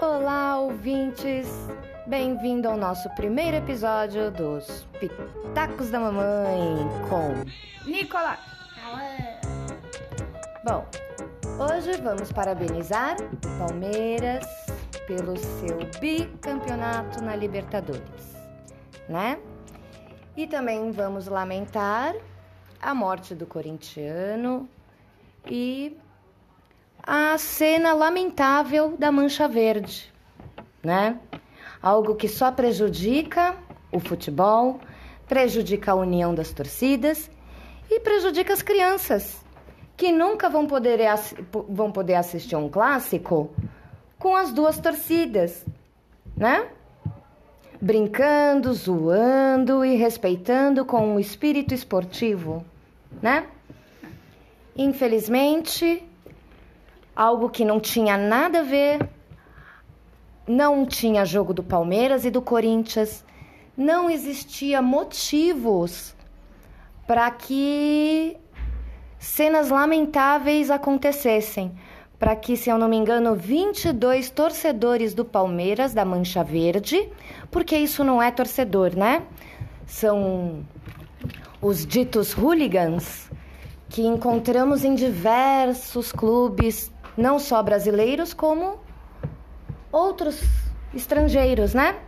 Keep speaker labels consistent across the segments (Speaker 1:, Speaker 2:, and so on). Speaker 1: Olá, ouvintes! Bem-vindo ao nosso primeiro episódio dos Pitacos da Mamãe com.
Speaker 2: Nicolas.
Speaker 1: Bom, hoje vamos parabenizar o Palmeiras pelo seu bicampeonato na Libertadores, né? E também vamos lamentar a morte do corintiano e a cena lamentável da Mancha Verde, né? Algo que só prejudica o futebol, prejudica a união das torcidas e prejudica as crianças, que nunca vão poder, ass- vão poder assistir um clássico com as duas torcidas, né? Brincando, zoando e respeitando com o espírito esportivo, né? Infelizmente, algo que não tinha nada a ver. Não tinha jogo do Palmeiras e do Corinthians. Não existia motivos para que cenas lamentáveis acontecessem. Para que, se eu não me engano, 22 torcedores do Palmeiras, da Mancha Verde, porque isso não é torcedor, né? São os ditos hooligans que encontramos em diversos clubes, não só brasileiros, como outros estrangeiros, né?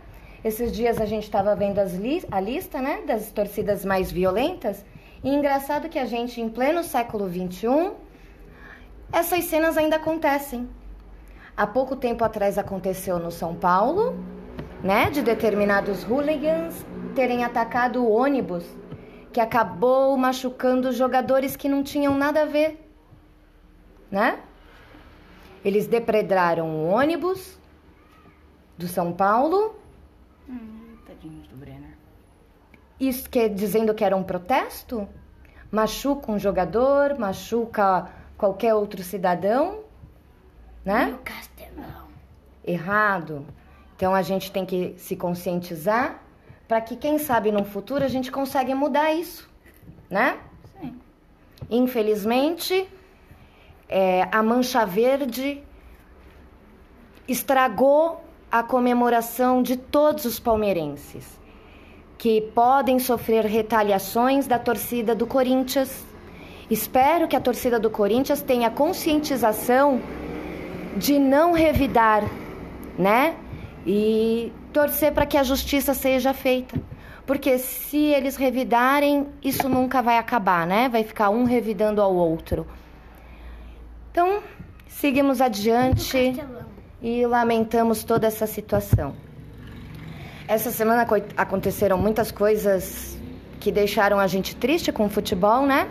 Speaker 1: Esses dias a gente estava vendo as li- a lista né, das torcidas mais violentas, e engraçado que a gente, em pleno século XXI, essas cenas ainda acontecem. Há pouco tempo atrás aconteceu no São Paulo, né, de determinados hooligans terem atacado o ônibus, que acabou machucando jogadores que não tinham nada a ver, né? Eles depredaram o ônibus do São Paulo,
Speaker 2: Tadinhos Hum, do Brenner.
Speaker 1: isso que, dizendo que era um protesto, machuca um jogador, machuca qualquer outro cidadão, né?
Speaker 2: O Castelão.
Speaker 1: errado. Então a gente tem que se conscientizar para que quem sabe no futuro a gente consegue mudar isso, né?
Speaker 2: Sim.
Speaker 1: Infelizmente, é, a mancha verde estragou a comemoração de todos os palmeirenses que podem sofrer retaliações da torcida do Corinthians. Espero que a torcida do Corinthians tenha conscientização de não revidar, né? E torcer para que a justiça seja feita. Porque se eles revidarem, isso nunca vai acabar, né? Vai ficar um revidando ao outro. Então, seguimos adiante e lamentamos toda essa situação. Essa semana coi- aconteceram muitas coisas que deixaram a gente triste com o futebol, né?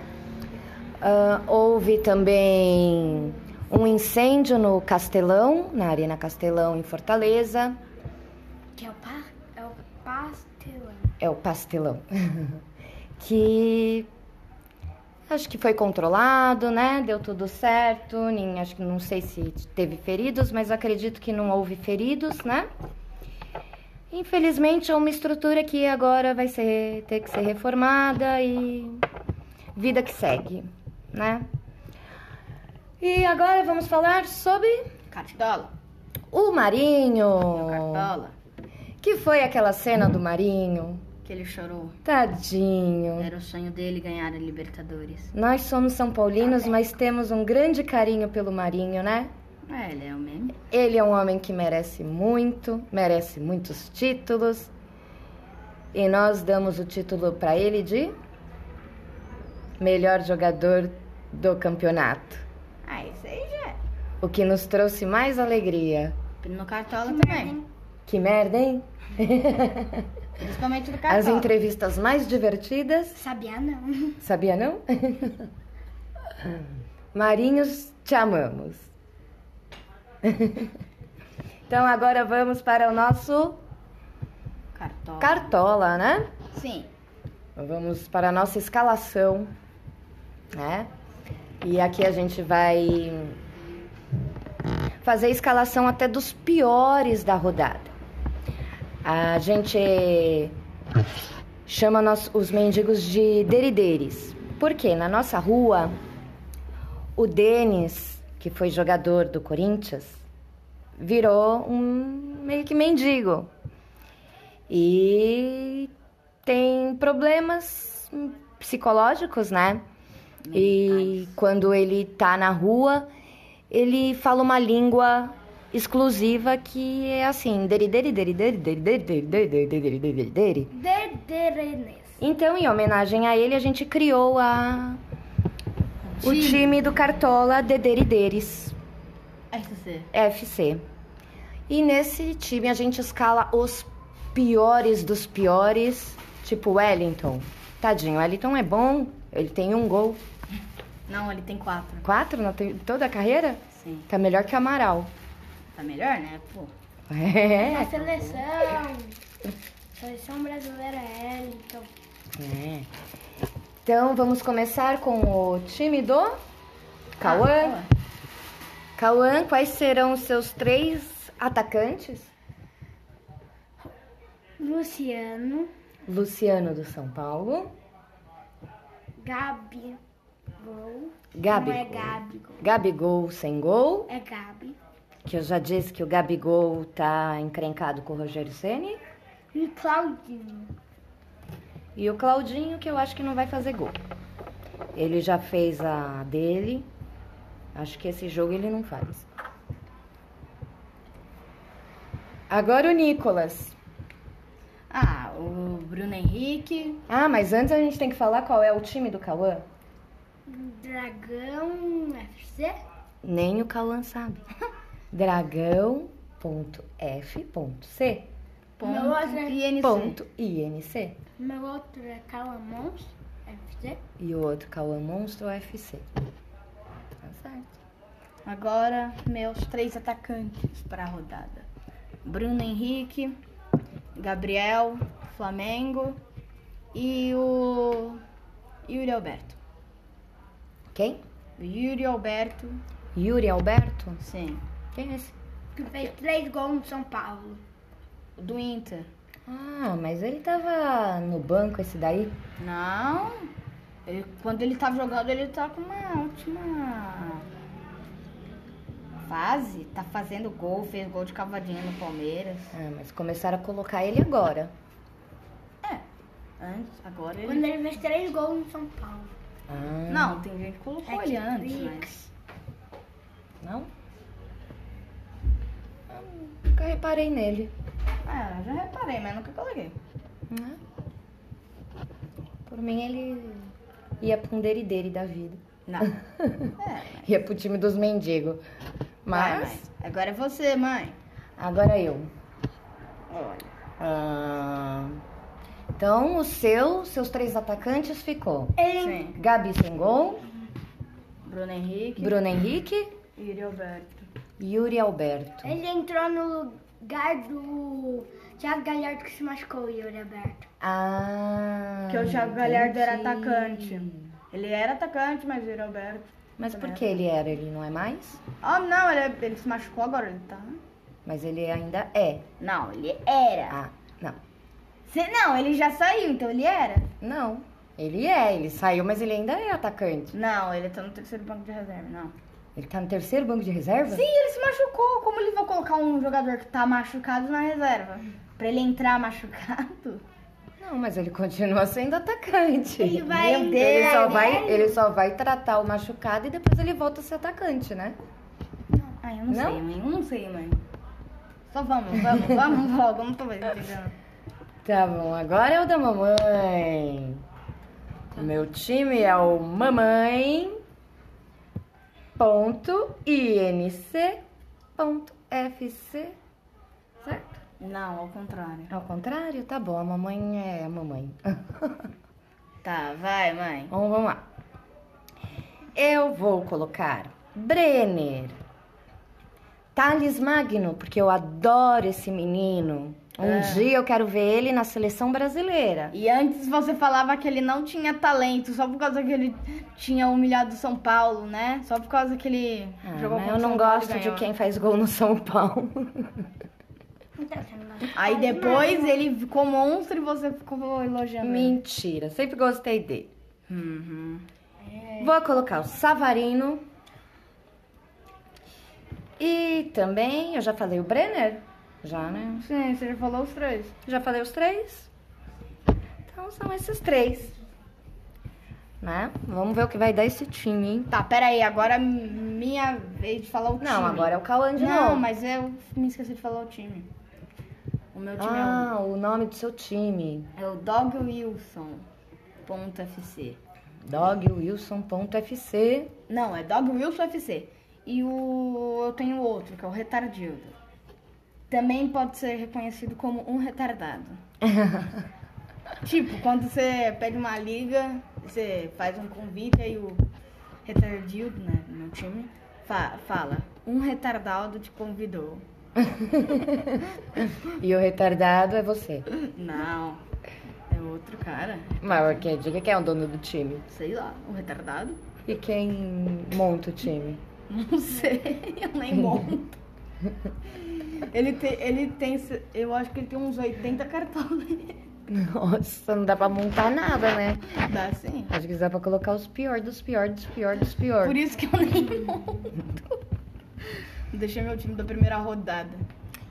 Speaker 1: Ah, houve também um incêndio no Castelão, na Arena Castelão, em Fortaleza.
Speaker 2: Que é o par... É o pastelão.
Speaker 1: É o pastelão. que acho que foi controlado, né? Deu tudo certo. Nem, acho que não sei se teve feridos, mas acredito que não houve feridos, né? Infelizmente é uma estrutura que agora vai ser, ter que ser reformada e vida que segue, né? E agora vamos falar sobre
Speaker 2: Cartola.
Speaker 1: o
Speaker 2: O
Speaker 1: Marinho.
Speaker 2: Cartola.
Speaker 1: Que foi aquela cena do Marinho?
Speaker 2: Que ele chorou.
Speaker 1: Tadinho.
Speaker 2: Era o sonho dele ganhar a Libertadores.
Speaker 1: Nós somos São Paulinos, mas temos um grande carinho pelo Marinho, né?
Speaker 2: É, ele é o meme.
Speaker 1: Ele é um homem que merece muito, merece muitos títulos. E nós damos o título para ele de melhor jogador do campeonato,
Speaker 2: Ah, isso aí já
Speaker 1: o que nos trouxe mais alegria.
Speaker 2: é. No Cartola também.
Speaker 1: Que merda, hein?
Speaker 2: Principalmente no Cartola.
Speaker 1: As entrevistas mais divertidas
Speaker 2: Sabia não.
Speaker 1: Sabia não? Marinhos, te amamos. então agora vamos para o nosso
Speaker 2: Cartola.
Speaker 1: cartola, né?
Speaker 2: Sim.
Speaker 1: Vamos para a nossa escalação, né? E aqui a gente vai fazer a escalação até dos piores da rodada. A gente chama nós, os mendigos de derideres. Porque na nossa rua, o Denis, que foi jogador do Corinthians, virou um meio que mendigo. E tem problemas psicológicos, né? E quando ele tá na rua, ele fala uma língua exclusiva que é assim, deri deri deri deri deri deri deri deri deri deri deri deri deri.
Speaker 2: Derderenes.
Speaker 1: Então, em homenagem a ele, a gente criou a o time do Cartola Dederideres
Speaker 2: É
Speaker 3: FC.
Speaker 1: FC. E nesse time a gente escala os piores dos piores, tipo Wellington. Tadinho, Wellington é bom, ele tem um gol,
Speaker 3: Não, ele tem quatro.
Speaker 1: quatro na te- toda a carreira?
Speaker 3: Sim.
Speaker 1: Tá melhor que Amaral.
Speaker 3: Tá melhor, né? Pô.
Speaker 1: É.
Speaker 2: Na seleção. Seleção brasileira é então.
Speaker 1: É. Então vamos começar com o time do Cauã.
Speaker 3: Ah,
Speaker 1: Cauã, quais serão os seus três atacantes?
Speaker 2: Luciano,
Speaker 1: Luciano do São Paulo.
Speaker 2: Gabi, Gol.
Speaker 1: Gabi.
Speaker 2: Não é Gabigol.
Speaker 1: Gabigol sem gol.
Speaker 2: É Gabi.
Speaker 1: Que eu já disse que o Gabigol tá encrencado com o Rogério Ceni
Speaker 2: E Claudinho.
Speaker 1: E o Claudinho, que eu acho que não vai fazer gol. Ele já fez a dele. Acho que esse jogo ele não faz. Agora o Nicolas.
Speaker 3: Ah, o Bruno Henrique.
Speaker 1: Ah, mas antes a gente tem que falar qual é o time do Cauã.
Speaker 2: Dragão FC.
Speaker 1: Nem o Cauã sabe. Dragão.f.c.
Speaker 3: Ponto.
Speaker 2: Não, mas é-
Speaker 3: e NC.
Speaker 1: Ponto INC.
Speaker 2: Meu outro é Calamons FC.
Speaker 1: E o outro Cauã Monstro FC. Tá certo.
Speaker 3: Agora, meus três atacantes pra rodada. Bruno Henrique, Gabriel, Flamengo e o Yuri Alberto.
Speaker 1: Quem?
Speaker 3: O Yuri Alberto,
Speaker 1: Yuri Alberto?
Speaker 3: sim.
Speaker 1: Quem é esse?
Speaker 2: Que fez três gols no São Paulo.
Speaker 3: Do Inter.
Speaker 1: Ah, mas ele tava no banco esse daí?
Speaker 3: Não. Ele- quando ele tá jogando, ele tá com uma última fase. Tá fazendo gol, fez gol de cavadinha no Palmeiras.
Speaker 1: Ah, mas começaram a colocar ele agora.
Speaker 3: Antes, agora ele.
Speaker 2: Quando ele fez três gols no São Paulo.
Speaker 1: Ah,
Speaker 3: Não, tem gente que colocou
Speaker 2: É
Speaker 3: ele
Speaker 2: que
Speaker 3: antes,
Speaker 2: Pix.
Speaker 3: mas.
Speaker 1: não? Ah, Nunca reparei nele.
Speaker 3: Ah, eu já reparei, mas nunca coloquei.
Speaker 1: né? Por mim, ele ia pra um derideire da vida.
Speaker 3: Não. é,
Speaker 1: Ia pro time dos mendigos.
Speaker 3: mas... Vai,
Speaker 1: Mas,
Speaker 3: mãe. Agora é você, mãe.
Speaker 1: agora eu.
Speaker 3: Olha.
Speaker 1: Ah, então, o seu, seus três atacantes ficou
Speaker 3: Sim.
Speaker 1: Gabi sem gol,
Speaker 3: Bruno Henrique
Speaker 1: Bruno Henrique
Speaker 3: e Yuri Alberto.
Speaker 1: e Yuri Alberto.
Speaker 2: Ele entrou no lugar do Thiago Galhardo que se machucou, Yuri Alberto.
Speaker 1: Ah,
Speaker 3: Porque o Thiago Galhardo era
Speaker 1: entendi.
Speaker 3: atacante. Ele era atacante, mas Yuri Alberto.
Speaker 1: Mas por que ele era? Ele não é mais?
Speaker 3: Oh, não, ele, ele se machucou agora, ele tá.
Speaker 1: Mas ele ainda é.
Speaker 3: Não, ele era.
Speaker 1: Ah, não.
Speaker 3: Cê- não, ele já saiu, então ele era.
Speaker 1: Não. Ele é, ele saiu, mas ele ainda é atacante.
Speaker 3: Não, ele tá no terceiro banco de reserva, não.
Speaker 1: Ele tá no terceiro banco de reserva?
Speaker 3: Sim, ele se machucou. Como eles vão colocar um jogador que tá machucado na reserva? Pra ele entrar machucado?
Speaker 1: Não, mas ele continua sendo atacante.
Speaker 2: Ele vai-
Speaker 1: Meu Deus, ele só
Speaker 3: Ele-
Speaker 1: vai, ele só vai tratar o machucado e depois ele volta a ser atacante, né?
Speaker 3: Ah, eu
Speaker 1: Não?
Speaker 3: não, sei, mãe. Eu não sei, mãe. Só vamos, vamos, vamos logo. Eu não tô mais entendendo.
Speaker 1: Tá bom, agora é o da mamãe.
Speaker 2: Tá.
Speaker 1: O meu time é o mamãe. Ponto INC. Ponto FC. Certo?
Speaker 3: Não, ao contrário.
Speaker 1: Ao contrário, tá bom, a mamãe é a mamãe.
Speaker 3: Tá, vai, mãe.
Speaker 1: Então vamos lá. Eu vou colocar Brenner, Thales Magno, porque eu adoro esse menino.
Speaker 3: É.
Speaker 1: Um dia eu quero ver ele na seleção brasileira.
Speaker 3: E antes você falava que ele não tinha talento, só por causa que ele tinha humilhado o São Paulo, né? Só por causa que ele
Speaker 1: Ah,
Speaker 3: jogou
Speaker 1: mas
Speaker 3: contra
Speaker 1: eu não
Speaker 3: o São Paulo e
Speaker 1: gosto de
Speaker 3: ganhou.
Speaker 1: quem faz gol no São Paulo.
Speaker 2: Então, você não gosta.
Speaker 3: Aí depois ele ficou monstro e você ficou elogiando. ele.
Speaker 1: Mentira, sempre gostei dele.
Speaker 3: Uhum.
Speaker 1: Vou colocar o Savarino. E também. Eu já falei o Brenner? Já, né?
Speaker 3: Sim, você já falou os três.
Speaker 1: Já falei os três? Então são esses três. Né? Vamos ver o que vai dar esse time, hein?
Speaker 3: Tá, pera aí, agora minha vez de falar o time.
Speaker 1: Não, agora é o Cauã de
Speaker 3: Não,
Speaker 1: novo.
Speaker 3: mas eu me esqueci de falar o time. é O meu time um-
Speaker 1: Ah, o nome do seu time.
Speaker 3: é, o, é o Dog Wilson. Ponto FC.
Speaker 1: Dogwilson.fc.
Speaker 3: Não, é Dog Wilson FC. E o eu tenho outro, que é o Retardido. Também pode ser reconhecido como um retardado. tipo, quando você pede uma liga, você faz um convite aí o retardido, né, no time, fa- fala, um retardado te convidou.
Speaker 1: E o retardado é você.
Speaker 3: Não, é outro cara,
Speaker 1: Mas que diga quem é o dono do time.
Speaker 3: sei lá, um retardado?
Speaker 1: E quem monta o time?
Speaker 3: Não sei, eu nem monto. Ele tem, ele tem, se- eu acho que ele tem uns 80 cartões.
Speaker 1: Nossa, não dá pra montar nada, né?
Speaker 3: Dá sim.
Speaker 1: Acho que dá pra colocar os pior dos pior dos pior dos pior.
Speaker 3: Por isso que eu nem monto. Deixei meu time da primeira rodada.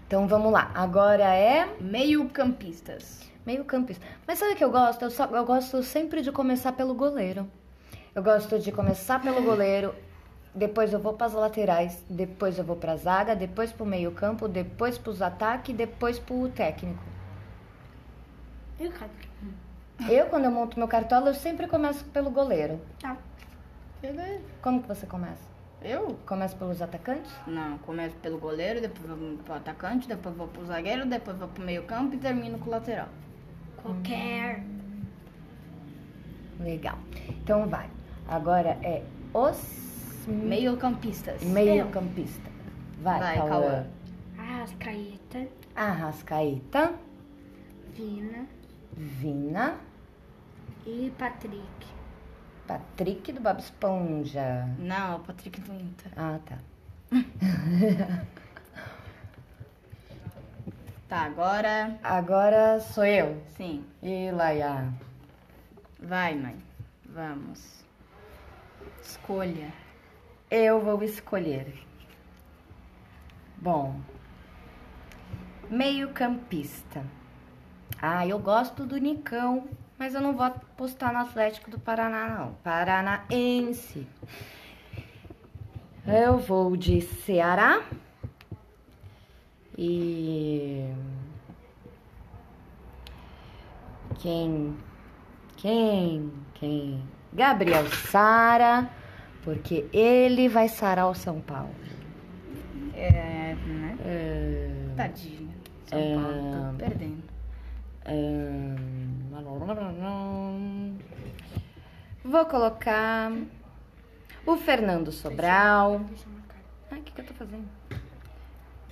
Speaker 1: Então vamos lá. Agora é
Speaker 3: Meio campistas.
Speaker 1: meio campista. Mas sabe o que eu gosto? Eu, só- eu gosto sempre de começar pelo goleiro. Eu gosto de começar pelo goleiro, depois eu vou pras laterais, depois eu vou pra zaga, depois pro meio campo, depois pros ataques, depois pro técnico.
Speaker 2: E o cara?
Speaker 1: Eu, quando eu monto meu cartola, eu sempre começo pelo goleiro.
Speaker 2: Tá.
Speaker 1: Como que você começa?
Speaker 3: Eu?
Speaker 1: Começa pelos atacantes?
Speaker 3: Não, começo pelo goleiro, depois vou pro atacante, depois vou pro zagueiro, depois vou pro meio campo e termino com o lateral.
Speaker 2: Qualquer.
Speaker 1: Legal. Então vai. Agora é os
Speaker 3: Meio campistas.
Speaker 1: meio campista. Vai,
Speaker 3: Vai,
Speaker 1: Cauã.
Speaker 3: Cauã.
Speaker 2: Arrascaeta,
Speaker 1: Arrascaeta,
Speaker 2: Vina
Speaker 1: Vina,
Speaker 2: e Patrick.
Speaker 1: Patrick do Bob Esponja.
Speaker 3: Não, o Patrick do Inter.
Speaker 1: Ah, tá.
Speaker 3: Tá, agora.
Speaker 1: Agora sou eu.
Speaker 3: Sim.
Speaker 1: E Laia.
Speaker 3: Vai, mãe. Vamos. Escolha.
Speaker 1: Eu vou escolher. Bom, meio campista. Ah, eu gosto do Nicão, mas eu não vou apostar no Atlético do Paraná, não. Paranaense. Eu vou de Ceará e quem, quem, quem? Gabriel Sara, porque ele vai sarar o São Paulo.
Speaker 3: É, né?
Speaker 1: É,
Speaker 3: Tadinha. São Paulo, tô perdendo.
Speaker 1: Ahn, Vou colocar o Fernando Sobral. Ai, o que, que eu tô fazendo?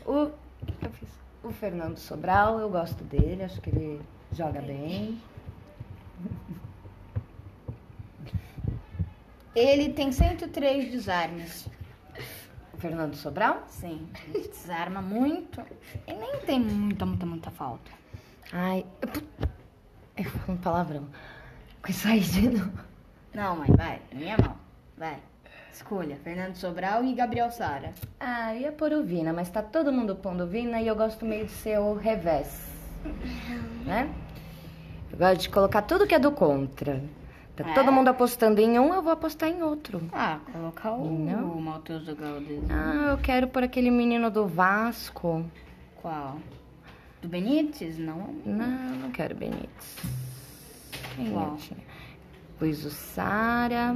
Speaker 1: O o que, que eu fiz? O Fernando Sobral, eu gosto dele, acho que ele joga bem.
Speaker 3: Ele tem 103 desarmes.
Speaker 1: O Fernando Sobral?
Speaker 3: Sim. Ele desarma muito. E nem tem muita, muita, muita falta.
Speaker 1: Ai, eu, pu- eu falo um palavrão. Com isso aí de novo.
Speaker 3: Não, mãe, vai. Minha mão. Vai. Escolha. Fernando Sobral e Gabriel Sara.
Speaker 1: Ah, ia pôr o Vina, mas tá todo mundo pondo o Vina e eu gosto meio de ser o revés. Né? Eu gosto de colocar tudo que é do contra. Tá
Speaker 3: É?
Speaker 1: todo mundo apostando em um, eu vou apostar em outro.
Speaker 3: Ah, colocar o,
Speaker 1: Não.
Speaker 3: o Matheus do Galdes.
Speaker 1: Ah, eu quero por aquele menino do Vasco.
Speaker 3: Qual? Do Benítez? Não.
Speaker 1: Não, não quero Benítez. Quem
Speaker 3: Qual?
Speaker 1: eu tinha? Pus o Sara,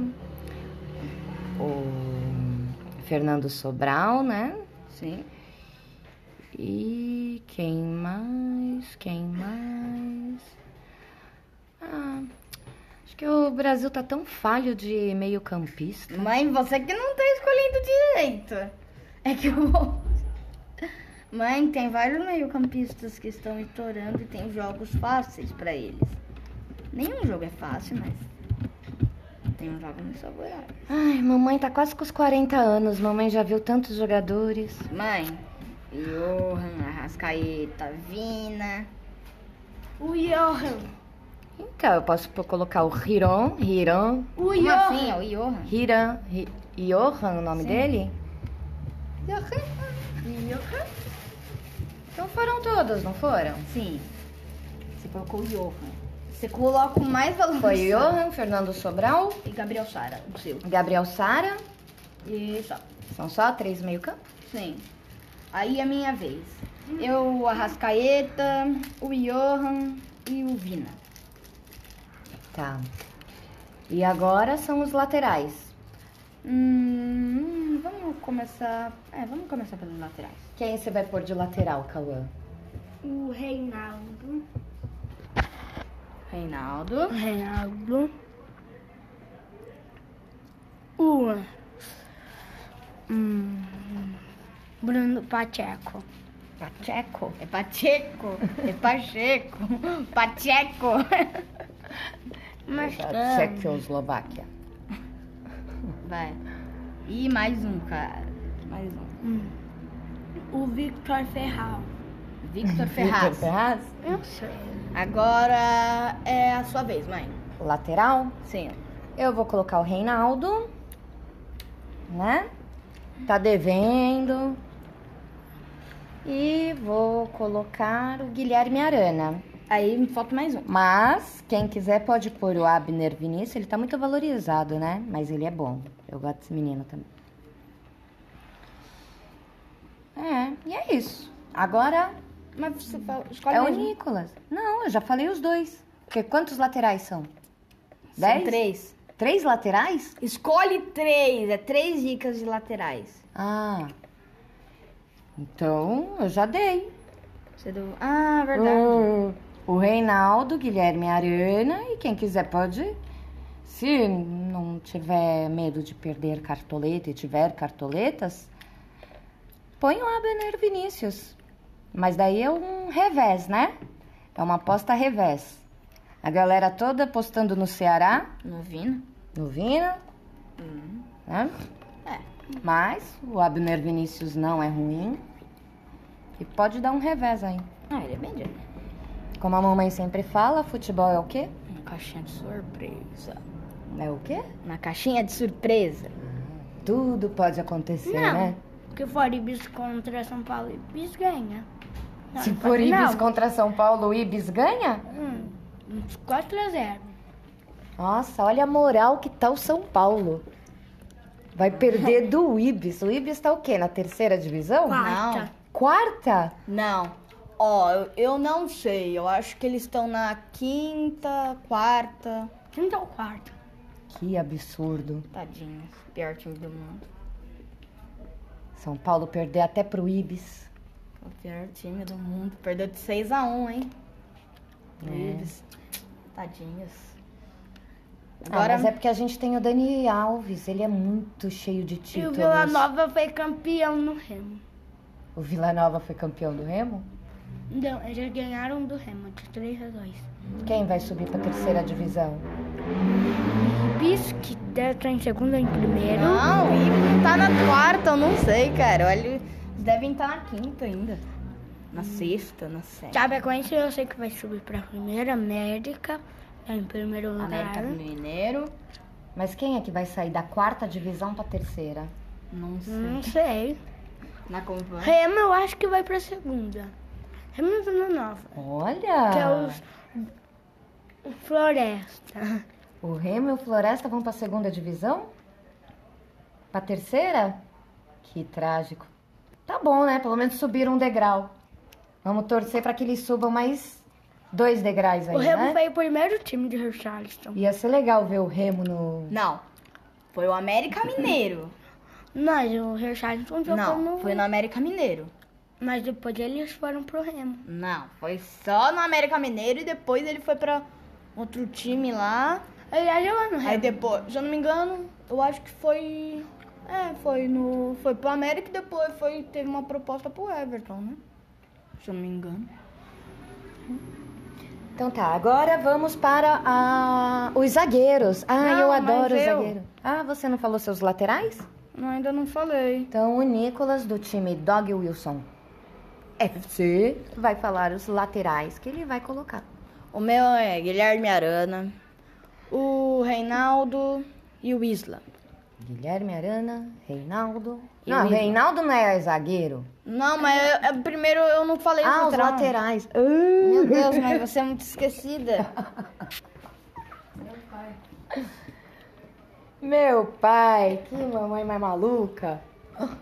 Speaker 1: o Fernando Sobral, né?
Speaker 3: Sim.
Speaker 1: E quem mais? Quem mais? Ah, acho que o Brasil tá tão falho de meio-campista.
Speaker 3: Mãe, você que não tá escolhendo direito. É que eu vou. Mãe, tem vários meio-campistas que estão estourando e tem jogos fáceis pra eles. Nenhum jogo é fácil, mas tem um jogo muito favorável.
Speaker 1: Ai, mamãe tá quase com os 40 anos. Mamãe já viu tantos jogadores.
Speaker 3: Mãe, Johan, Arrascaeta, Vina.
Speaker 2: O Johan.
Speaker 1: Então, eu posso po- colocar o Hiron, Hiron,
Speaker 2: O
Speaker 3: Como
Speaker 2: Johan.
Speaker 3: assim? É o Johan?
Speaker 1: Hiran, Hi- Johan, o nome dele?
Speaker 3: Johan. Johan.
Speaker 1: Então foram todas, não foram?
Speaker 3: Sim. Você colocou o Johan. Você coloca o mais valor.
Speaker 1: Foi Johan, Fernando Sobral,
Speaker 3: E Gabriel Sara, o seu.
Speaker 1: Gabriel Sara.
Speaker 3: E só.
Speaker 1: São só três meio campo.
Speaker 3: Sim. Aí é minha vez. Eu, o Arrascaeta, o Johan e o Vina.
Speaker 1: Tá. E agora são os laterais.
Speaker 3: Hum, vamos começar. É, vamos começar pelos laterais.
Speaker 1: Quem é você vai pôr de lateral, Cauã?
Speaker 2: O Reinaldo.
Speaker 3: Reinaldo.
Speaker 2: Reinaldo. O hum, Bruno Pacheco.
Speaker 1: Pacheco.
Speaker 3: É Pacheco. É Pacheco. Pacheco.
Speaker 2: Mas
Speaker 1: Tchecoslováquia.
Speaker 3: Vai. E mais um, cara. Mais um.
Speaker 2: Hum. o Victor Ferral.
Speaker 3: Victor
Speaker 1: Vitor
Speaker 3: Ferraz.
Speaker 1: Ferraz.
Speaker 2: Eu sei.
Speaker 3: Agora é a sua vez, mãe.
Speaker 1: Lateral.
Speaker 3: Sim.
Speaker 1: Eu vou colocar o Reinaldo. Né? Tá devendo. E vou colocar o Guilherme Arana.
Speaker 3: Aí me falta mais um.
Speaker 1: Mas quem quiser pode pôr o Abner Vinícius, ele tá muito valorizado, né? Mas ele é bom. Eu gosto desse menino também. É, e é isso. Agora
Speaker 3: Mas você fala, escolhe
Speaker 1: é o
Speaker 3: mais um.
Speaker 1: Nicolas. Não, eu já falei os dois. Porque quantos laterais são?
Speaker 3: São
Speaker 1: Dez?
Speaker 3: três.
Speaker 1: Três laterais?
Speaker 3: Escolhe três. É três dicas de laterais.
Speaker 1: Ah. Então, eu já dei.
Speaker 3: Você deu... Ah, verdade.
Speaker 1: Hum. O, o Reinaldo, Guilherme Arana e quem quiser pode. Se não tiver medo de perder cartoleta e tiver cartoletas, põe o Abner Vinícius. Mas daí é um revés, né? É uma aposta revés. A galera toda apostando no Ceará,
Speaker 3: Não vindo?
Speaker 1: no Vina, né?
Speaker 3: É.
Speaker 1: Mas o Abner Vinícius não é ruim e pode dar um revés aí.
Speaker 3: Ah, ele é bem direto.
Speaker 1: Como a mamãe sempre fala, futebol é o quê?
Speaker 3: Na caixinha de surpresa.
Speaker 1: É o quê?
Speaker 3: Na caixinha de surpresa.
Speaker 1: Tudo pode acontecer,
Speaker 2: Não.
Speaker 1: né?
Speaker 2: Porque o Ibis contra São Paulo, Ibis ganha. Não,
Speaker 1: Se
Speaker 2: não
Speaker 1: for
Speaker 2: pode-
Speaker 1: Ibis
Speaker 2: não.
Speaker 1: contra São Paulo, o Ibis ganha?
Speaker 2: Hum, uns 4 a 0.
Speaker 1: Nossa, olha a moral que tá o São Paulo. Vai perder do Ibis. O Ibis tá o quê? Na terceira divisão?
Speaker 2: Quarta.
Speaker 1: Quarta?
Speaker 3: Não. Ó, eu, eu não sei. Eu acho que eles estão na quinta, quarta.
Speaker 2: Quinta ou quarta?
Speaker 1: Que absurdo.
Speaker 3: Tadinhos. Pior time do mundo.
Speaker 1: São Paulo perder até pro Ibis.
Speaker 3: O pior time do mundo. Perdeu de 6 a 1 hein?
Speaker 1: É.
Speaker 3: Eles. Tadinhos.
Speaker 1: Agora...
Speaker 3: Agora.
Speaker 1: mas é porque a gente tem o Dani Alves. Ele é muito cheio de
Speaker 2: E o
Speaker 1: títulos.
Speaker 2: Vila Nova foi campeão no Remo.
Speaker 1: O Vila Nova foi campeão do Remo?
Speaker 2: Não, eles ganharam do Remo de 3 a 2.
Speaker 1: Quem vai subir pra terceira divisão?
Speaker 2: Ibis, que deve estar em segundo ou em primeiro.
Speaker 3: Não, o Ibis não tá na quarta, eu não sei, cara. Olha, eles devem estar na quinta ainda. Na sexta, na sétima.
Speaker 2: Chapecoense eu sei que vai subir pra primeira. América tá em primeiro lugar.
Speaker 3: América Mineiro.
Speaker 1: Mas quem é que vai sair da quarta divisão pra terceira?
Speaker 3: Não sei.
Speaker 2: Não sei.
Speaker 3: Na Convan.
Speaker 2: Remo eu acho que vai pra segunda. Remo e Vila Nova.
Speaker 1: Olha!
Speaker 2: Que é os... o Floresta.
Speaker 1: O Remo e o Floresta vão pra segunda divisão? Pra terceira? Que trágico. Tá bom, né? Pelo menos subiram um degrau. Vamos torcer pra que eles subam mais dois degraus aí,
Speaker 2: o Remo
Speaker 1: né?
Speaker 2: foi o primeiro time de Richarlison.
Speaker 1: Ia ser legal ver o Remo no...
Speaker 3: Não. Foi o América Mineiro.
Speaker 2: Mas o Richarlison jogou
Speaker 3: Não,
Speaker 2: no...
Speaker 3: foi no América Mineiro.
Speaker 2: Mas depois eles foram pro Remo.
Speaker 3: Não, foi só no América Mineiro e depois ele foi pra outro time lá.
Speaker 2: Ele já jogou no
Speaker 3: Aí
Speaker 2: Remo.
Speaker 3: depois, se eu não me engano, eu acho que foi. É, foi no. Foi pro América e depois foi, teve uma proposta pro Everton, né? Se eu não me engano.
Speaker 1: Então tá, agora vamos para a... os zagueiros. Ah,
Speaker 3: Não,
Speaker 1: eu
Speaker 3: mas
Speaker 1: adoro
Speaker 3: eu-
Speaker 1: zagueiro. Ah, você não falou seus laterais?
Speaker 3: Não, ainda não falei.
Speaker 1: Então, o Nicolas, do time Dog Wilson FC, vai falar os laterais que ele vai colocar.
Speaker 3: O meu é Guilherme Arana, o Reinaldo e o Isla.
Speaker 1: Guilherme Arana, Reinaldo.
Speaker 3: Eu
Speaker 1: Não,
Speaker 3: ia.
Speaker 1: Reinaldo não é zagueiro.
Speaker 3: Não, mas eu- eu- primeiro eu não falei
Speaker 1: Ah, os
Speaker 3: lateral.
Speaker 1: laterais.
Speaker 3: Meu Deus, mas você é muito esquecida.
Speaker 1: Meu pai, que mamãe mais maluca.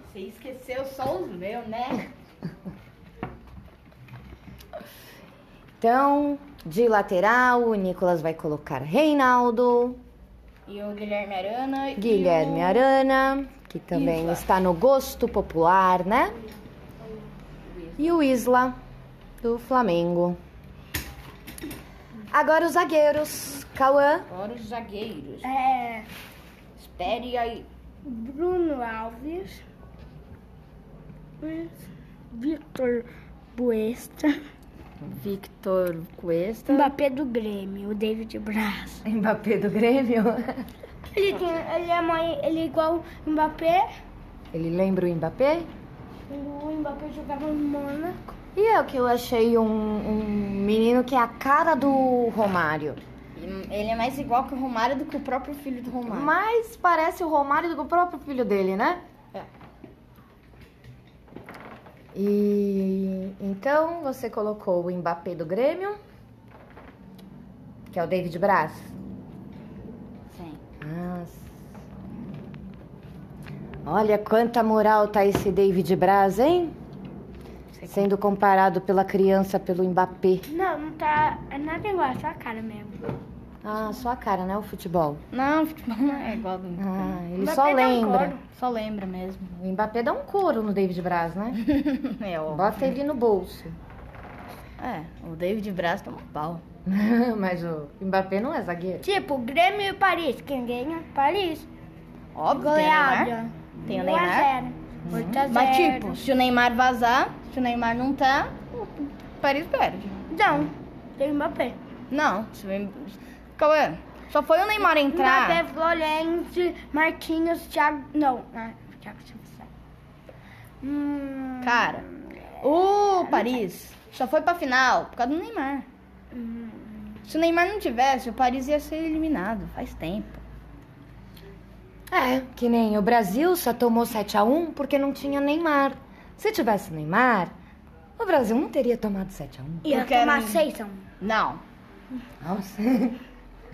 Speaker 3: Você esqueceu só os meus, né?
Speaker 1: Então, de lateral, o Nicolas vai colocar Reinaldo,
Speaker 3: E o Guilherme Arana. e
Speaker 1: Guilherme
Speaker 3: o-
Speaker 1: Arana, que também
Speaker 3: Isla.
Speaker 1: está no gosto popular, né? E o Isla, do Flamengo. Agora os zagueiros. Cauã,
Speaker 3: Agora os zagueiros.
Speaker 2: É,
Speaker 3: Espere aí.
Speaker 2: Bruno Alves, Victor Buesta,
Speaker 3: Tá. Victor Cuesta.
Speaker 2: Mbappé do Grêmio, o David Braz.
Speaker 1: Mbappé do Grêmio.
Speaker 2: Ele, tem, ele, é, mãe, ele é igual o Mbappé,
Speaker 1: Ele lembra o Mbappé?
Speaker 2: o Mbappé jogava no Mônaco.
Speaker 1: E eu que eu achei um, um menino que é a cara do Romário.
Speaker 3: Ele é mais igual que o Romário do que o próprio filho do Romário.
Speaker 1: Mas parece o Romário do que o próprio filho dele, né?
Speaker 3: É.
Speaker 1: E então você colocou o Mbappé do Grêmio, que é o David Braz.
Speaker 3: Sim.
Speaker 1: Ah, s- Olha quanta moral tá esse David Braz, hein? Sendo comparado pela criança pelo Mbappé.
Speaker 2: Não, não tá é nada igual, é só a cara mesmo.
Speaker 1: Ah, só a cara, né? O futebol.
Speaker 3: Não, futebol não é igual do
Speaker 1: Ah, ele
Speaker 2: Mbappé
Speaker 1: só
Speaker 2: dá um
Speaker 1: lembra.
Speaker 2: coro.
Speaker 3: Só lembra mesmo.
Speaker 1: O Mbappé dá um couro no David Braz, né?
Speaker 3: é, ó.
Speaker 1: Bota ele no bolso.
Speaker 3: É, o David Braz toma pau.
Speaker 1: Mas o Mbappé não é zagueiro.
Speaker 2: Tipo, Grêmio e Paris, quem ganha? Paris.
Speaker 3: Óbvio,
Speaker 2: Goiás.
Speaker 3: tem o Neymar. Tem o
Speaker 2: 1 a
Speaker 3: Neymar.
Speaker 2: 0. 8 a 0.
Speaker 3: Mas tipo, se o Neymar vazar, se o Neymar não tá, o Paris perde.
Speaker 2: Não, tem Mbappé.
Speaker 3: Não, se o Em- Cauê, só foi o Neymar entrar.
Speaker 2: Mbappé, Florenzi, Marquinhos, Thiago... Não, ah, Thiago Silva. sai. Hum,
Speaker 3: Cara, o Paris só foi pra final por causa do Neymar.
Speaker 2: Hum.
Speaker 3: Se o Neymar não tivesse, o Paris ia ser eliminado faz tempo.
Speaker 1: É, que nem o Brasil só tomou 7 a 1 porque não tinha Neymar. Se tivesse Neymar, o Brasil não teria tomado 7 a 1.
Speaker 2: ia
Speaker 3: Porque era
Speaker 2: tomar
Speaker 3: um-
Speaker 2: seis, então.
Speaker 3: Não,
Speaker 1: Nossa.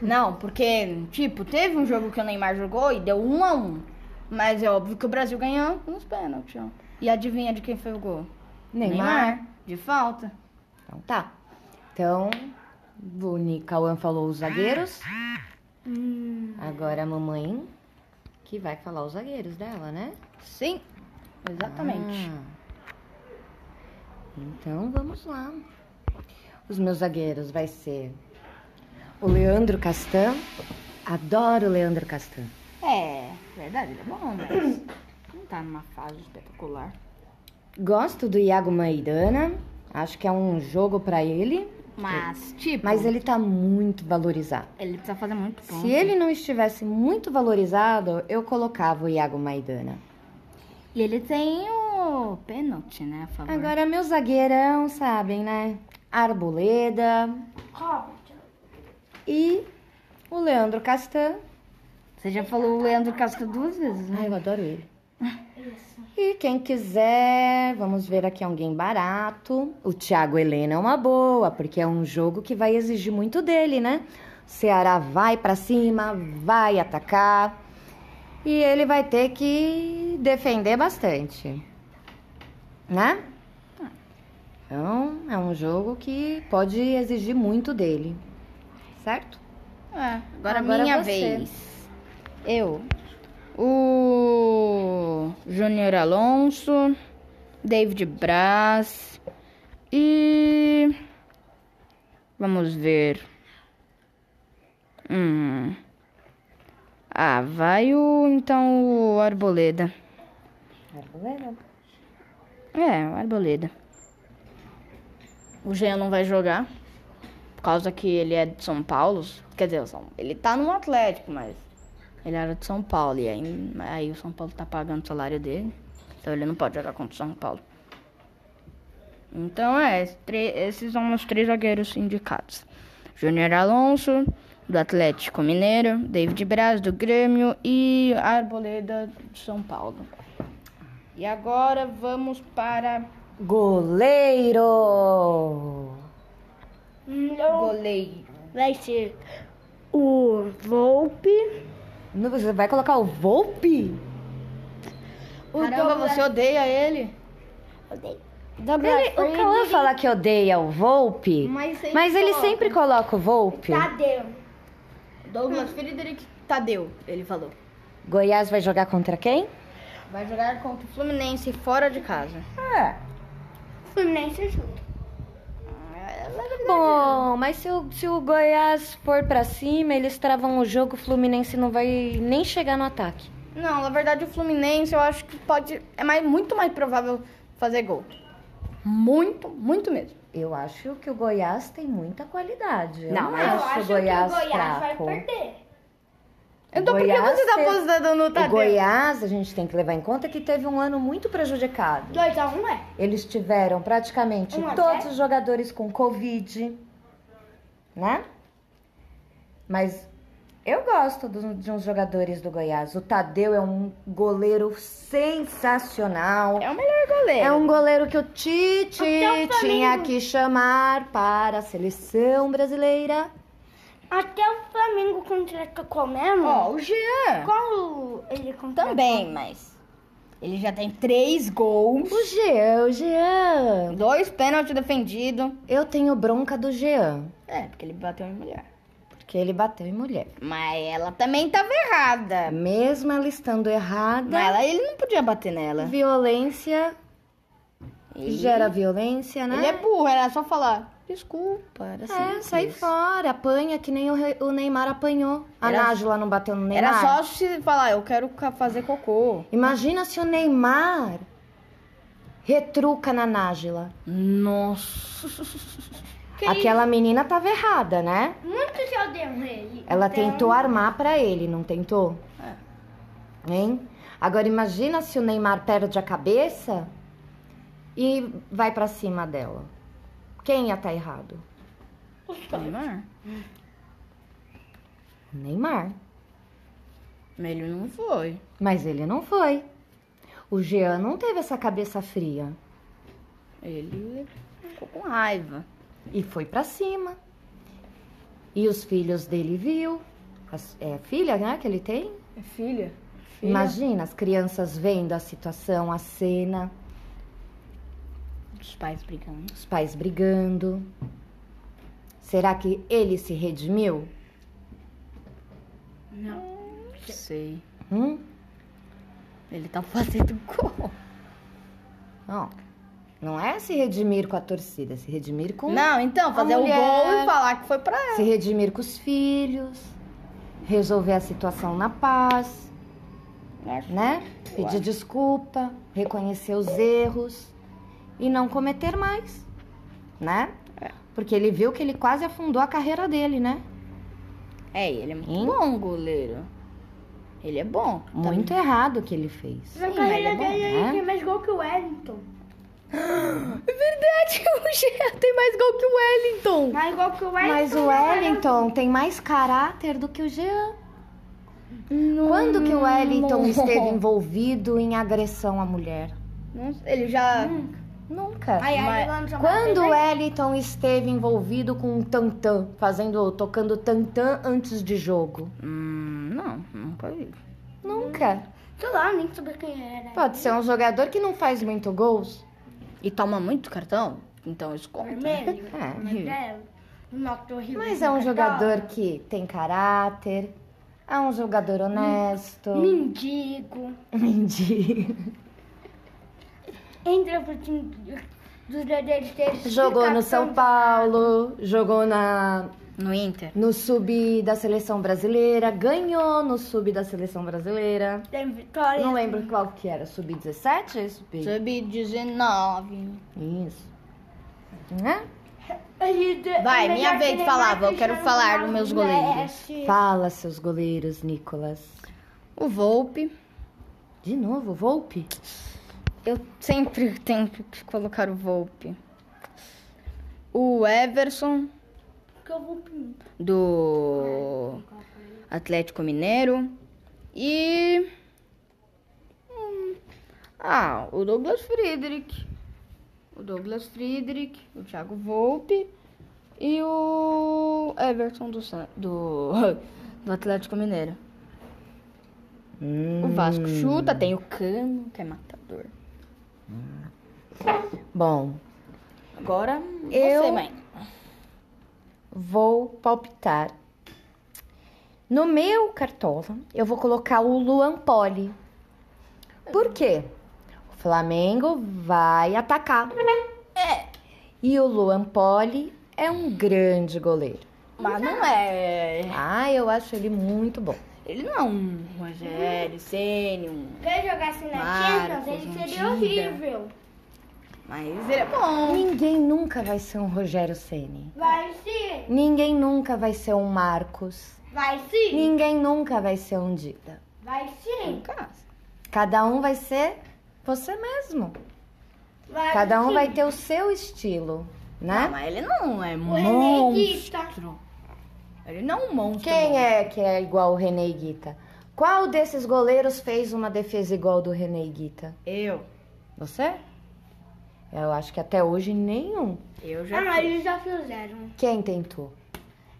Speaker 3: não, porque, tipo, teve um jogo que o Neymar jogou e deu um a um. Mas é óbvio que o Brasil ganhou nos pênaltis. ó. E adivinha de quem foi o gol?
Speaker 1: Neymar.
Speaker 3: De falta.
Speaker 1: Então tá. Então, o Ni- Cauã falou os zagueiros. Agora a mamãe que vai falar os zagueiros dela, né?
Speaker 3: Sim, exatamente.
Speaker 1: Ah. Então vamos lá. Os meus zagueiros vai ser o Leandro Castan. Adoro o Leandro Castan.
Speaker 3: É, verdade, ele é bom, mas não tá numa fase espetacular.
Speaker 1: Gosto do Iago Maidana. Acho que é um jogo pra ele,
Speaker 3: Mas, tipo,
Speaker 1: mas ele tá muito valorizado.
Speaker 3: ele precisa fazer muito ponto.
Speaker 1: Se ele não estivesse muito valorizado, eu colocava o Iago Maidana.
Speaker 3: E ele tem o pênalti, né, a favor.
Speaker 1: Agora, meu zagueirão, sabem, né? Arboleda
Speaker 2: Robert.
Speaker 1: e o Leandro Castan,
Speaker 3: Você já falou o Leandro Casca duas vezes, né?
Speaker 1: Ah, eu adoro ele. E quem quiser, vamos ver aqui alguém barato. O Thiago Helena é uma boa, porque é um jogo que vai exigir muito dele, né? O Ceará vai pra cima, vai atacar. E ele vai ter que defender bastante. Né? Então, é um jogo que pode exigir muito dele. Certo?
Speaker 3: É. Agora,
Speaker 1: Agora
Speaker 3: minha
Speaker 1: você.
Speaker 3: vez. Eu. O Júnior Alonso, David Braz e vamos ver. Hum. Ah, vai o então o Arboleda.
Speaker 1: Arboleda.
Speaker 3: É, o Arboleda. O Jean não vai jogar. Por causa que ele é de São Paulo. Quer dizer, São- ele tá no Atlético, mas. Ele era de São Paulo. E aí, aí o São Paulo tá pagando o salário dele. Então ele não pode jogar contra o São Paulo. Então é, esses tre- esses são os três zagueiros indicados. Júnior Alonso, do Atlético Mineiro, David Braz do Grêmio e Arboleda de São Paulo. E agora vamos para
Speaker 1: Goleiro!
Speaker 2: Não.
Speaker 3: goleiro.
Speaker 2: Hum, Vai ser o Volpe.
Speaker 1: Não, Você vai colocar o Volpe?
Speaker 2: O
Speaker 3: Caramba,
Speaker 2: Douglas-
Speaker 3: você odeia ele?
Speaker 2: Douglas
Speaker 1: Ele, o Cauã
Speaker 2: Freire.
Speaker 1: fala que odeia o Volpe,
Speaker 3: Mas sempre
Speaker 1: mas ele
Speaker 3: coloca.
Speaker 1: sempre coloca Tá. o Volpe.
Speaker 2: Tadeu.
Speaker 3: Douglas Friedrich Tadeu, ele falou.
Speaker 1: Goiás vai jogar contra quem?
Speaker 3: Vai jogar contra o Fluminense fora de casa.
Speaker 1: É.
Speaker 2: Fluminense é junto.
Speaker 1: Bom, mas se o, se o Goiás for pra cima, eles travam o jogo, o Fluminense não vai nem chegar no ataque.
Speaker 3: Não, na verdade o Fluminense eu acho que pode. É mais, muito mais provável fazer gol. Muito, muito mesmo.
Speaker 1: Eu acho que o Goiás tem muita qualidade. Eu
Speaker 3: Não,
Speaker 1: não
Speaker 3: mas
Speaker 1: acho, o Goiás fraco.
Speaker 2: perder.
Speaker 3: Então por que
Speaker 1: Goiás
Speaker 3: você tá
Speaker 1: teve-
Speaker 3: apostando no
Speaker 1: O
Speaker 3: Tadeu?
Speaker 1: Goiás, a gente tem que levar em conta que teve um ano muito prejudicado.
Speaker 2: 2x1 um, é?
Speaker 1: Eles tiveram praticamente
Speaker 2: Um a
Speaker 1: todos
Speaker 2: zero?
Speaker 1: os jogadores com Covid, né? Mas eu gosto do- de uns jogadores do Goiás. O Tadeu é um goleiro sensacional.
Speaker 3: É o melhor goleiro.
Speaker 1: É um goleiro que o Tite
Speaker 2: Até o Flamengo.
Speaker 1: tinha que chamar para a seleção brasileira.
Speaker 2: Até o Flamengo contrata qual mesmo?
Speaker 3: Ó, o Jean. tá
Speaker 2: Qual ele contrata?
Speaker 3: Também, mas. Ele já tem três gols.
Speaker 1: O Jean, o Jean.
Speaker 3: Dois pênaltis defendidos.
Speaker 1: Eu tenho bronca do Jean,
Speaker 3: É, porque ele bateu em mulher.
Speaker 1: porque ele bateu em mulher. É
Speaker 3: Mas ela também tava errada.
Speaker 1: Mesmo ela estando errada,
Speaker 3: Mas ela, ele não podia bater nela.
Speaker 1: violência
Speaker 3: Ele-
Speaker 1: gera violência, né?
Speaker 3: Ele é assim, burro, era só falar. Desculpa, era
Speaker 1: É,
Speaker 3: simples.
Speaker 1: sai fora, apanha que nem o, Re- o Neymar apanhou. A
Speaker 3: Era-
Speaker 1: Nájula não bateu no Neymar.
Speaker 3: Era só se falar, eu quero ca- fazer cocô.
Speaker 1: Imagina se o Neymar retruca na Nájula.
Speaker 3: Nossa. é-
Speaker 1: Aquela menina tava errada, né?
Speaker 2: Muito se odeiam ele.
Speaker 1: Ela tentou armar pra ele, não tentou?
Speaker 3: É.
Speaker 1: Hein? Agora imagina se o Neymar perde a cabeça e vai pra cima dela. Quem ia tá errado?
Speaker 3: Neymar?
Speaker 1: O Neymar.
Speaker 3: Ele não foi.
Speaker 1: Mas ele não foi. O Jean não teve essa cabeça fria
Speaker 3: Ele ficou com raiva.
Speaker 1: e foi pra cima. E os filhos dele viu. As- é filha, né, que ele tem?
Speaker 3: É filha?
Speaker 1: Imagina as crianças vendo a situação, a cena,
Speaker 3: Os pais brigando.
Speaker 1: os pais brigando. Será que ele se redimiu?
Speaker 3: Não sei.
Speaker 1: Hum?
Speaker 3: Ele tá fazendo gol.
Speaker 1: Não. Não é se redimir com a torcida, é se redimir com
Speaker 3: Não, então, fazer
Speaker 1: A
Speaker 3: o gol
Speaker 1: mulher-
Speaker 3: e falar que foi pra ela.
Speaker 1: se redimir com os filhos, resolver a situação na paz. né? Pedir desculpa, reconhecer os erros e não cometer mais, né? Porque ele viu que ele quase afundou a carreira dele, né?
Speaker 3: É, ele é muito
Speaker 1: Hein?
Speaker 3: bom goleiro. Ele é bom.
Speaker 1: Muito errado o que ele fez.
Speaker 2: Na
Speaker 3: Sim,
Speaker 2: carreira
Speaker 3: mas é bom,
Speaker 2: dele, ele
Speaker 1: né?
Speaker 2: tem mais gol que o Wellington.
Speaker 3: É verdade, o Jean tem mais gol que o Wellington.
Speaker 2: Mais gol que o Wellington. né?
Speaker 1: Mas o Wellington tem mais caráter do que o Jean. Quando que o Wellington esteve envolvido em agressão à mulher?
Speaker 3: Não, ele já...
Speaker 1: Nunca.
Speaker 2: Ai, ai,
Speaker 3: Mas
Speaker 2: Wellington já
Speaker 1: Quando
Speaker 2: bateu,
Speaker 1: o
Speaker 2: né?
Speaker 1: Wellington esteve envolvido com um tantã, fazendo, tocando tantã antes de jogo?
Speaker 3: Hum, não, nunca vi.
Speaker 1: Nunca.
Speaker 2: Sei lá, nem sabia quem era.
Speaker 1: Pode ser um jogador que não faz muito gols.
Speaker 3: E toma muito cartão, então isso conta.
Speaker 2: Vermelho. né?
Speaker 1: É.
Speaker 2: Amarelo. Nossa, horrível.
Speaker 1: Mas é um jogador que tem caráter, é um jogador honesto.
Speaker 2: Mendigo.
Speaker 1: Mendigo.
Speaker 2: Entra pro time do- dos detetives.
Speaker 1: Jogou no São Paulo, jogou na,
Speaker 3: No Inter.
Speaker 1: no sub da seleção brasileira, ganhou no sub da seleção brasileira.
Speaker 2: Tem vitória.
Speaker 1: Não lembro qual que era, sub-17? Sub...
Speaker 3: Sub-19.
Speaker 1: Isso. Né?
Speaker 2: Ele-
Speaker 3: Vai,
Speaker 2: ele
Speaker 3: minha
Speaker 2: já
Speaker 3: vez de
Speaker 2: tem
Speaker 3: falar,
Speaker 2: mais
Speaker 3: eu quero
Speaker 2: Cristiano
Speaker 3: falar
Speaker 2: Ronaldo,
Speaker 3: dos meus
Speaker 2: né?
Speaker 3: goleiros.
Speaker 2: Esse-
Speaker 1: Fala, seus goleiros, Nicolas.
Speaker 3: O Volpe.
Speaker 1: De novo, Volpe?
Speaker 3: Eu sempre tenho que colocar o Volpe. O Everson.
Speaker 2: que eu vou pintar.
Speaker 3: do Atlético Mineiro e hum, ah, o Douglas Friedrich, o Douglas Friedrich, o Thiago Volpe e o Everton do San- do, do Atlético Mineiro. O Vasco chuta, tem o Cano, que é matador.
Speaker 1: Bom,
Speaker 3: Agora hum, você,
Speaker 1: Eu-
Speaker 3: mãe.
Speaker 1: vou palpitar. No meu cartola, eu vou colocar o Luan Poli. Por quê? O Flamengo vai atacar. É. E o Luan Poli é um grande goleiro.
Speaker 3: Mas não é.
Speaker 1: Ah, eu acho ele muito bom.
Speaker 3: Ele não é um Rogério, Ceni, um
Speaker 2: Se ele jogasse na
Speaker 3: Marcos,
Speaker 2: Champions, Então, ele seria
Speaker 3: Dida.
Speaker 2: horrível.
Speaker 3: Mas ele é bom.
Speaker 1: Ninguém nunca vai ser um Rogério Ceni.
Speaker 2: Vai sim,
Speaker 1: Ninguém nunca vai ser um Marcos.
Speaker 2: vai sim,
Speaker 1: Ninguém nunca vai ser um Dida.
Speaker 2: vai sim.
Speaker 1: Cada um vai ser você mesmo.
Speaker 2: Vai
Speaker 1: Cada um
Speaker 2: sim.
Speaker 1: vai ter o seu estilo,
Speaker 3: Não,
Speaker 1: né?
Speaker 3: mas ele não é
Speaker 2: O Renegista.
Speaker 3: monstro. Ele não é um monstro.
Speaker 1: tá Quem é que é igual o René Guita? Qual desses goleiros fez uma defesa igual do René Guita?
Speaker 3: Eu.
Speaker 1: Você? Eu acho que até hoje nenhum.
Speaker 3: Eu
Speaker 2: Ah,
Speaker 3: já.
Speaker 2: não,
Speaker 3: fiz.
Speaker 2: eles já fizeram.
Speaker 1: Quem tentou?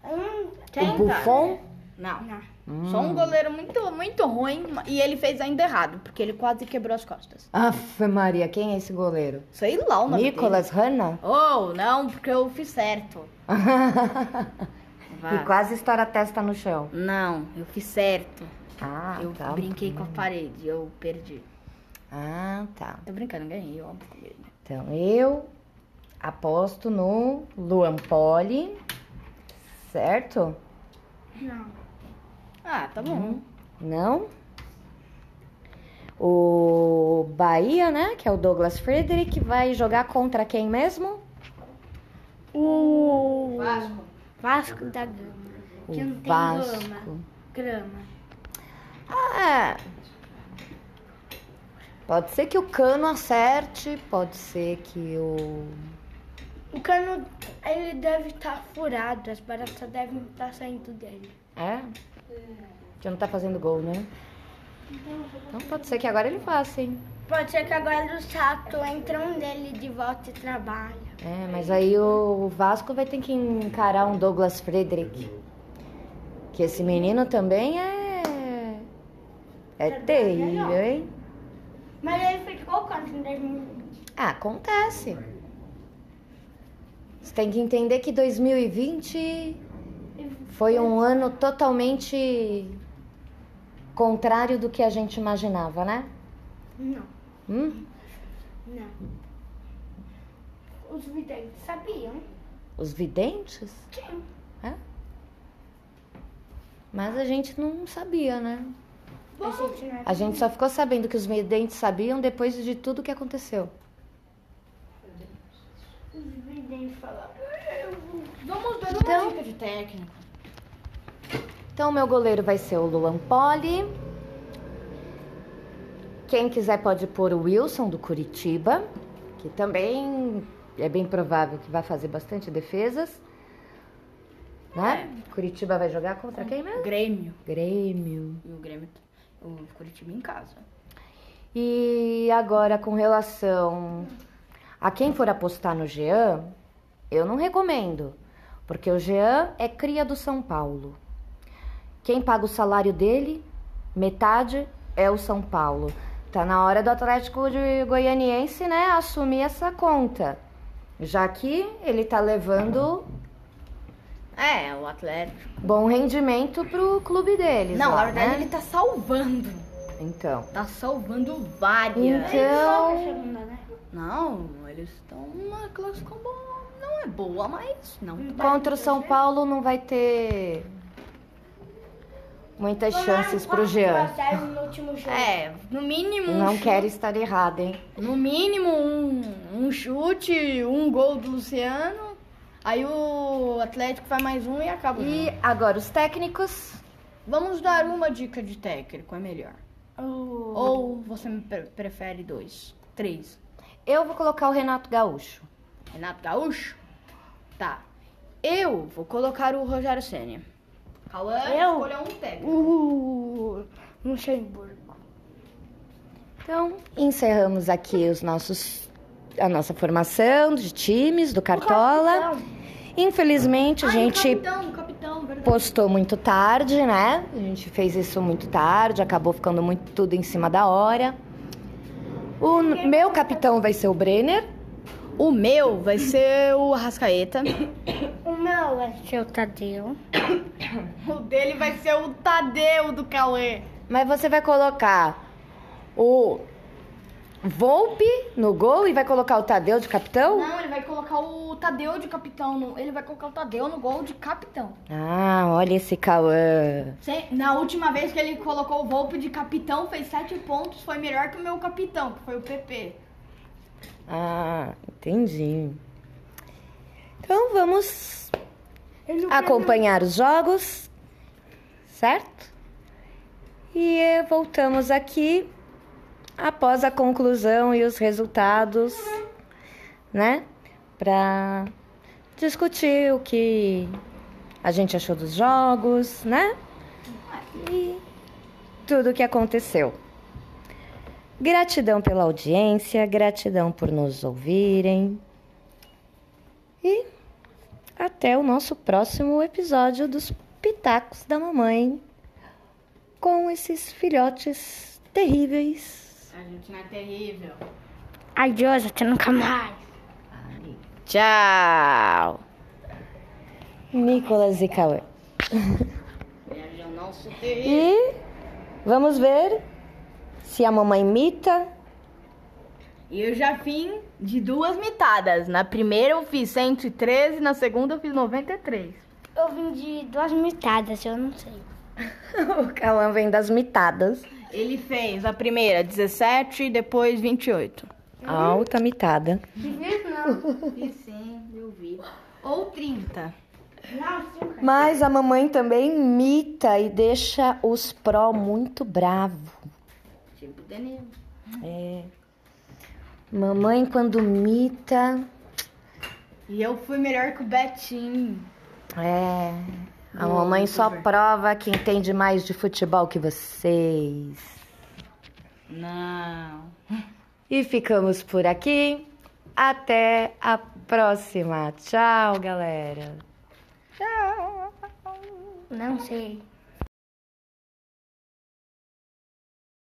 Speaker 2: Hum,
Speaker 1: o
Speaker 3: Tenta,
Speaker 1: Buffon?
Speaker 3: Não.
Speaker 2: não.
Speaker 1: Hum.
Speaker 3: Só um goleiro muito, muito ruim. E ele fez ainda errado, porque ele quase quebrou as costas.
Speaker 1: Aff, Maria, quem é esse goleiro?
Speaker 3: Sei lá o nome
Speaker 1: Nicolas Hanna?
Speaker 3: dele. Oh, não, porque eu fiz certo. Vá.
Speaker 1: E quase estoura a testa no chão.
Speaker 3: Não, eu fiz certo.
Speaker 1: Ah,
Speaker 3: eu
Speaker 1: tá.
Speaker 3: brinquei com a parede, eu perdi.
Speaker 1: Ah, tá.
Speaker 3: Tô brincando, ganhei, óbvio. que ganhei.
Speaker 1: Então, eu aposto no Luan Poli, certo?
Speaker 2: Não.
Speaker 3: Ah, tá bom.
Speaker 1: Uhum. Não? O Bahia, né? Que é o Douglas Frederick, vai jogar contra quem mesmo?
Speaker 2: O Vasco da Gama. Que
Speaker 1: o
Speaker 2: não tem
Speaker 1: Vasco.
Speaker 2: grama. Grama.
Speaker 1: Ah! Pode ser que o Cano acerte, pode ser que o.
Speaker 2: O cano, ele deve estar furado, as baratas devem estar saindo dele.
Speaker 1: É? Já não tá fazendo gol, né? Então pode ser que agora ele faça, hein?
Speaker 2: Pode ser que agora o sato entre um dele de volta e trabalha.
Speaker 1: É, mas aí o Vasco vai ter que encarar um Douglas Frederick. Que esse menino também é. É terrível, hein?
Speaker 2: Mas ele fez gol contra em 2020.
Speaker 1: Ah, acontece. Você tem que entender que 2020 foi um ano totalmente contrário do que a gente imaginava, né?
Speaker 2: Não,
Speaker 1: Hum?
Speaker 2: não. Os videntes sabiam.
Speaker 1: Os videntes?
Speaker 2: Sim.
Speaker 1: É? Mas a gente não sabia, né?
Speaker 2: A gente não é
Speaker 1: A gente só ficou sabendo que os videntes sabiam depois de tudo que aconteceu.
Speaker 2: Os videntes falaram.
Speaker 3: Vamos ver
Speaker 1: Então-
Speaker 3: uma dica de técnico.
Speaker 1: Então, meu goleiro vai ser o Luan Poli. Quem quiser pode pôr o Wilson do Curitiba, que também é bem provável que vai fazer bastante defesas. Né? Curitiba vai jogar contra quem mesmo?
Speaker 3: Grêmio.
Speaker 1: Grêmio.
Speaker 3: E o Grêmio, o Curitiba em casa.
Speaker 1: E agora, com relação a quem for apostar no Jean, eu não recomendo, porque o Jean é cria do São Paulo. Quem paga o salário dele, metade é o São Paulo. Tá na hora do Atlético de Goianiense, né, assumir essa conta. Já que ele tá levando
Speaker 3: É, o Atlético.
Speaker 1: bom rendimento pro clube deles.
Speaker 3: Não,
Speaker 1: lá,
Speaker 3: na verdade
Speaker 1: né?
Speaker 3: ele tá salvando.
Speaker 1: Então.
Speaker 3: Tá salvando várias.
Speaker 2: Só pra
Speaker 1: Então.
Speaker 2: segunda, né?
Speaker 3: Não, eles estão numa classificação boa. Não é boa, mas não. tá
Speaker 1: Contra o São Paulo não vai ter muitas chances pro Jean.
Speaker 2: Tomaram 4 a 0 no último jogo.
Speaker 3: É, no mínimo um
Speaker 1: Não
Speaker 3: chute,
Speaker 1: quero estar errada, hein?
Speaker 3: No mínimo um, um chute, um gol do Luciano. Aí o Atlético faz mais um e acaba. o
Speaker 1: E
Speaker 3: jogo.
Speaker 1: agora os técnicos.
Speaker 3: Vamos dar uma dica de técnico, é melhor.
Speaker 2: O-
Speaker 3: Ou você me pre- prefere dois? Três.
Speaker 1: Eu vou colocar o Renato Gaúcho.
Speaker 3: Renato Gaúcho? Tá.
Speaker 4: Eu vou colocar o Rogério Senna.
Speaker 3: Cauã,
Speaker 2: Eu?
Speaker 3: escolha um técnico.
Speaker 2: O Luxemburgo.
Speaker 1: Então, encerramos aqui os nossos a nossa formação de times do Cartola. Infelizmente, a
Speaker 3: Ai, o
Speaker 1: gente
Speaker 3: capitão, o capitão, verdade.
Speaker 1: postou muito tarde, né? A gente fez isso muito tarde, acabou ficando muito tudo em cima da hora. O n- meu capitão vai ser o Brenner.
Speaker 4: O meu vai ser o Arrascaeta.
Speaker 2: O meu vai ser o Tadeu.
Speaker 3: O dele vai ser o Tadeu do Cauê.
Speaker 1: Mas você vai colocar o Volpe no gol e vai colocar o Tadeu de capitão?
Speaker 3: Não, ele vai colocar o Tadeu de capitão. no- ele vai colocar o Tadeu no gol de capitão.
Speaker 1: Ah, olha esse Cauã.
Speaker 3: Sem- na última vez que ele colocou o Volpe de capitão, fez sete pontos. Foi melhor que o meu capitão, que foi o PP.
Speaker 1: Ah, entendi. Então vamos
Speaker 2: Ele
Speaker 1: Ah, acompanhar os jogos, certo? E eh, voltamos aqui após a conclusão e os resultados, né? Pra discutir o que a gente achou dos jogos, né? E tudo o que aconteceu. Gratidão pela audiência, gratidão por nos ouvirem. E até o nosso próximo episódio dos Pitacos da Mamãe com esses filhotes terríveis.
Speaker 3: A gente não é terrível.
Speaker 2: Adiós, até nunca mais.
Speaker 4: Tchau!
Speaker 1: Nicolas e Cauê.
Speaker 3: Eu não sou terrível.
Speaker 1: E vamos ver se a mamãe mita.
Speaker 3: Eu já vim de duas mitadas. Na primeira eu fiz 113, na segunda eu fiz 93.
Speaker 2: Eu vim de duas mitadas, eu não sei.
Speaker 1: O Cauã vem das mitadas.
Speaker 3: Ele fez a primeira 17 e depois 28.
Speaker 1: Alta mitada.
Speaker 3: Fiz sim, eu vi. Ou 30.
Speaker 1: Mas a mamãe também mita e deixa os pró muito bravo.
Speaker 3: Tipo Danilo.
Speaker 1: Mamãe quando mita,
Speaker 3: E eu fui melhor que o Betinho.
Speaker 1: É. A mamãe só prova que entende mais de futebol que vocês.
Speaker 3: Não.
Speaker 1: E ficamos por aqui. Até a próxima. Tchau, galera.
Speaker 2: Não sei.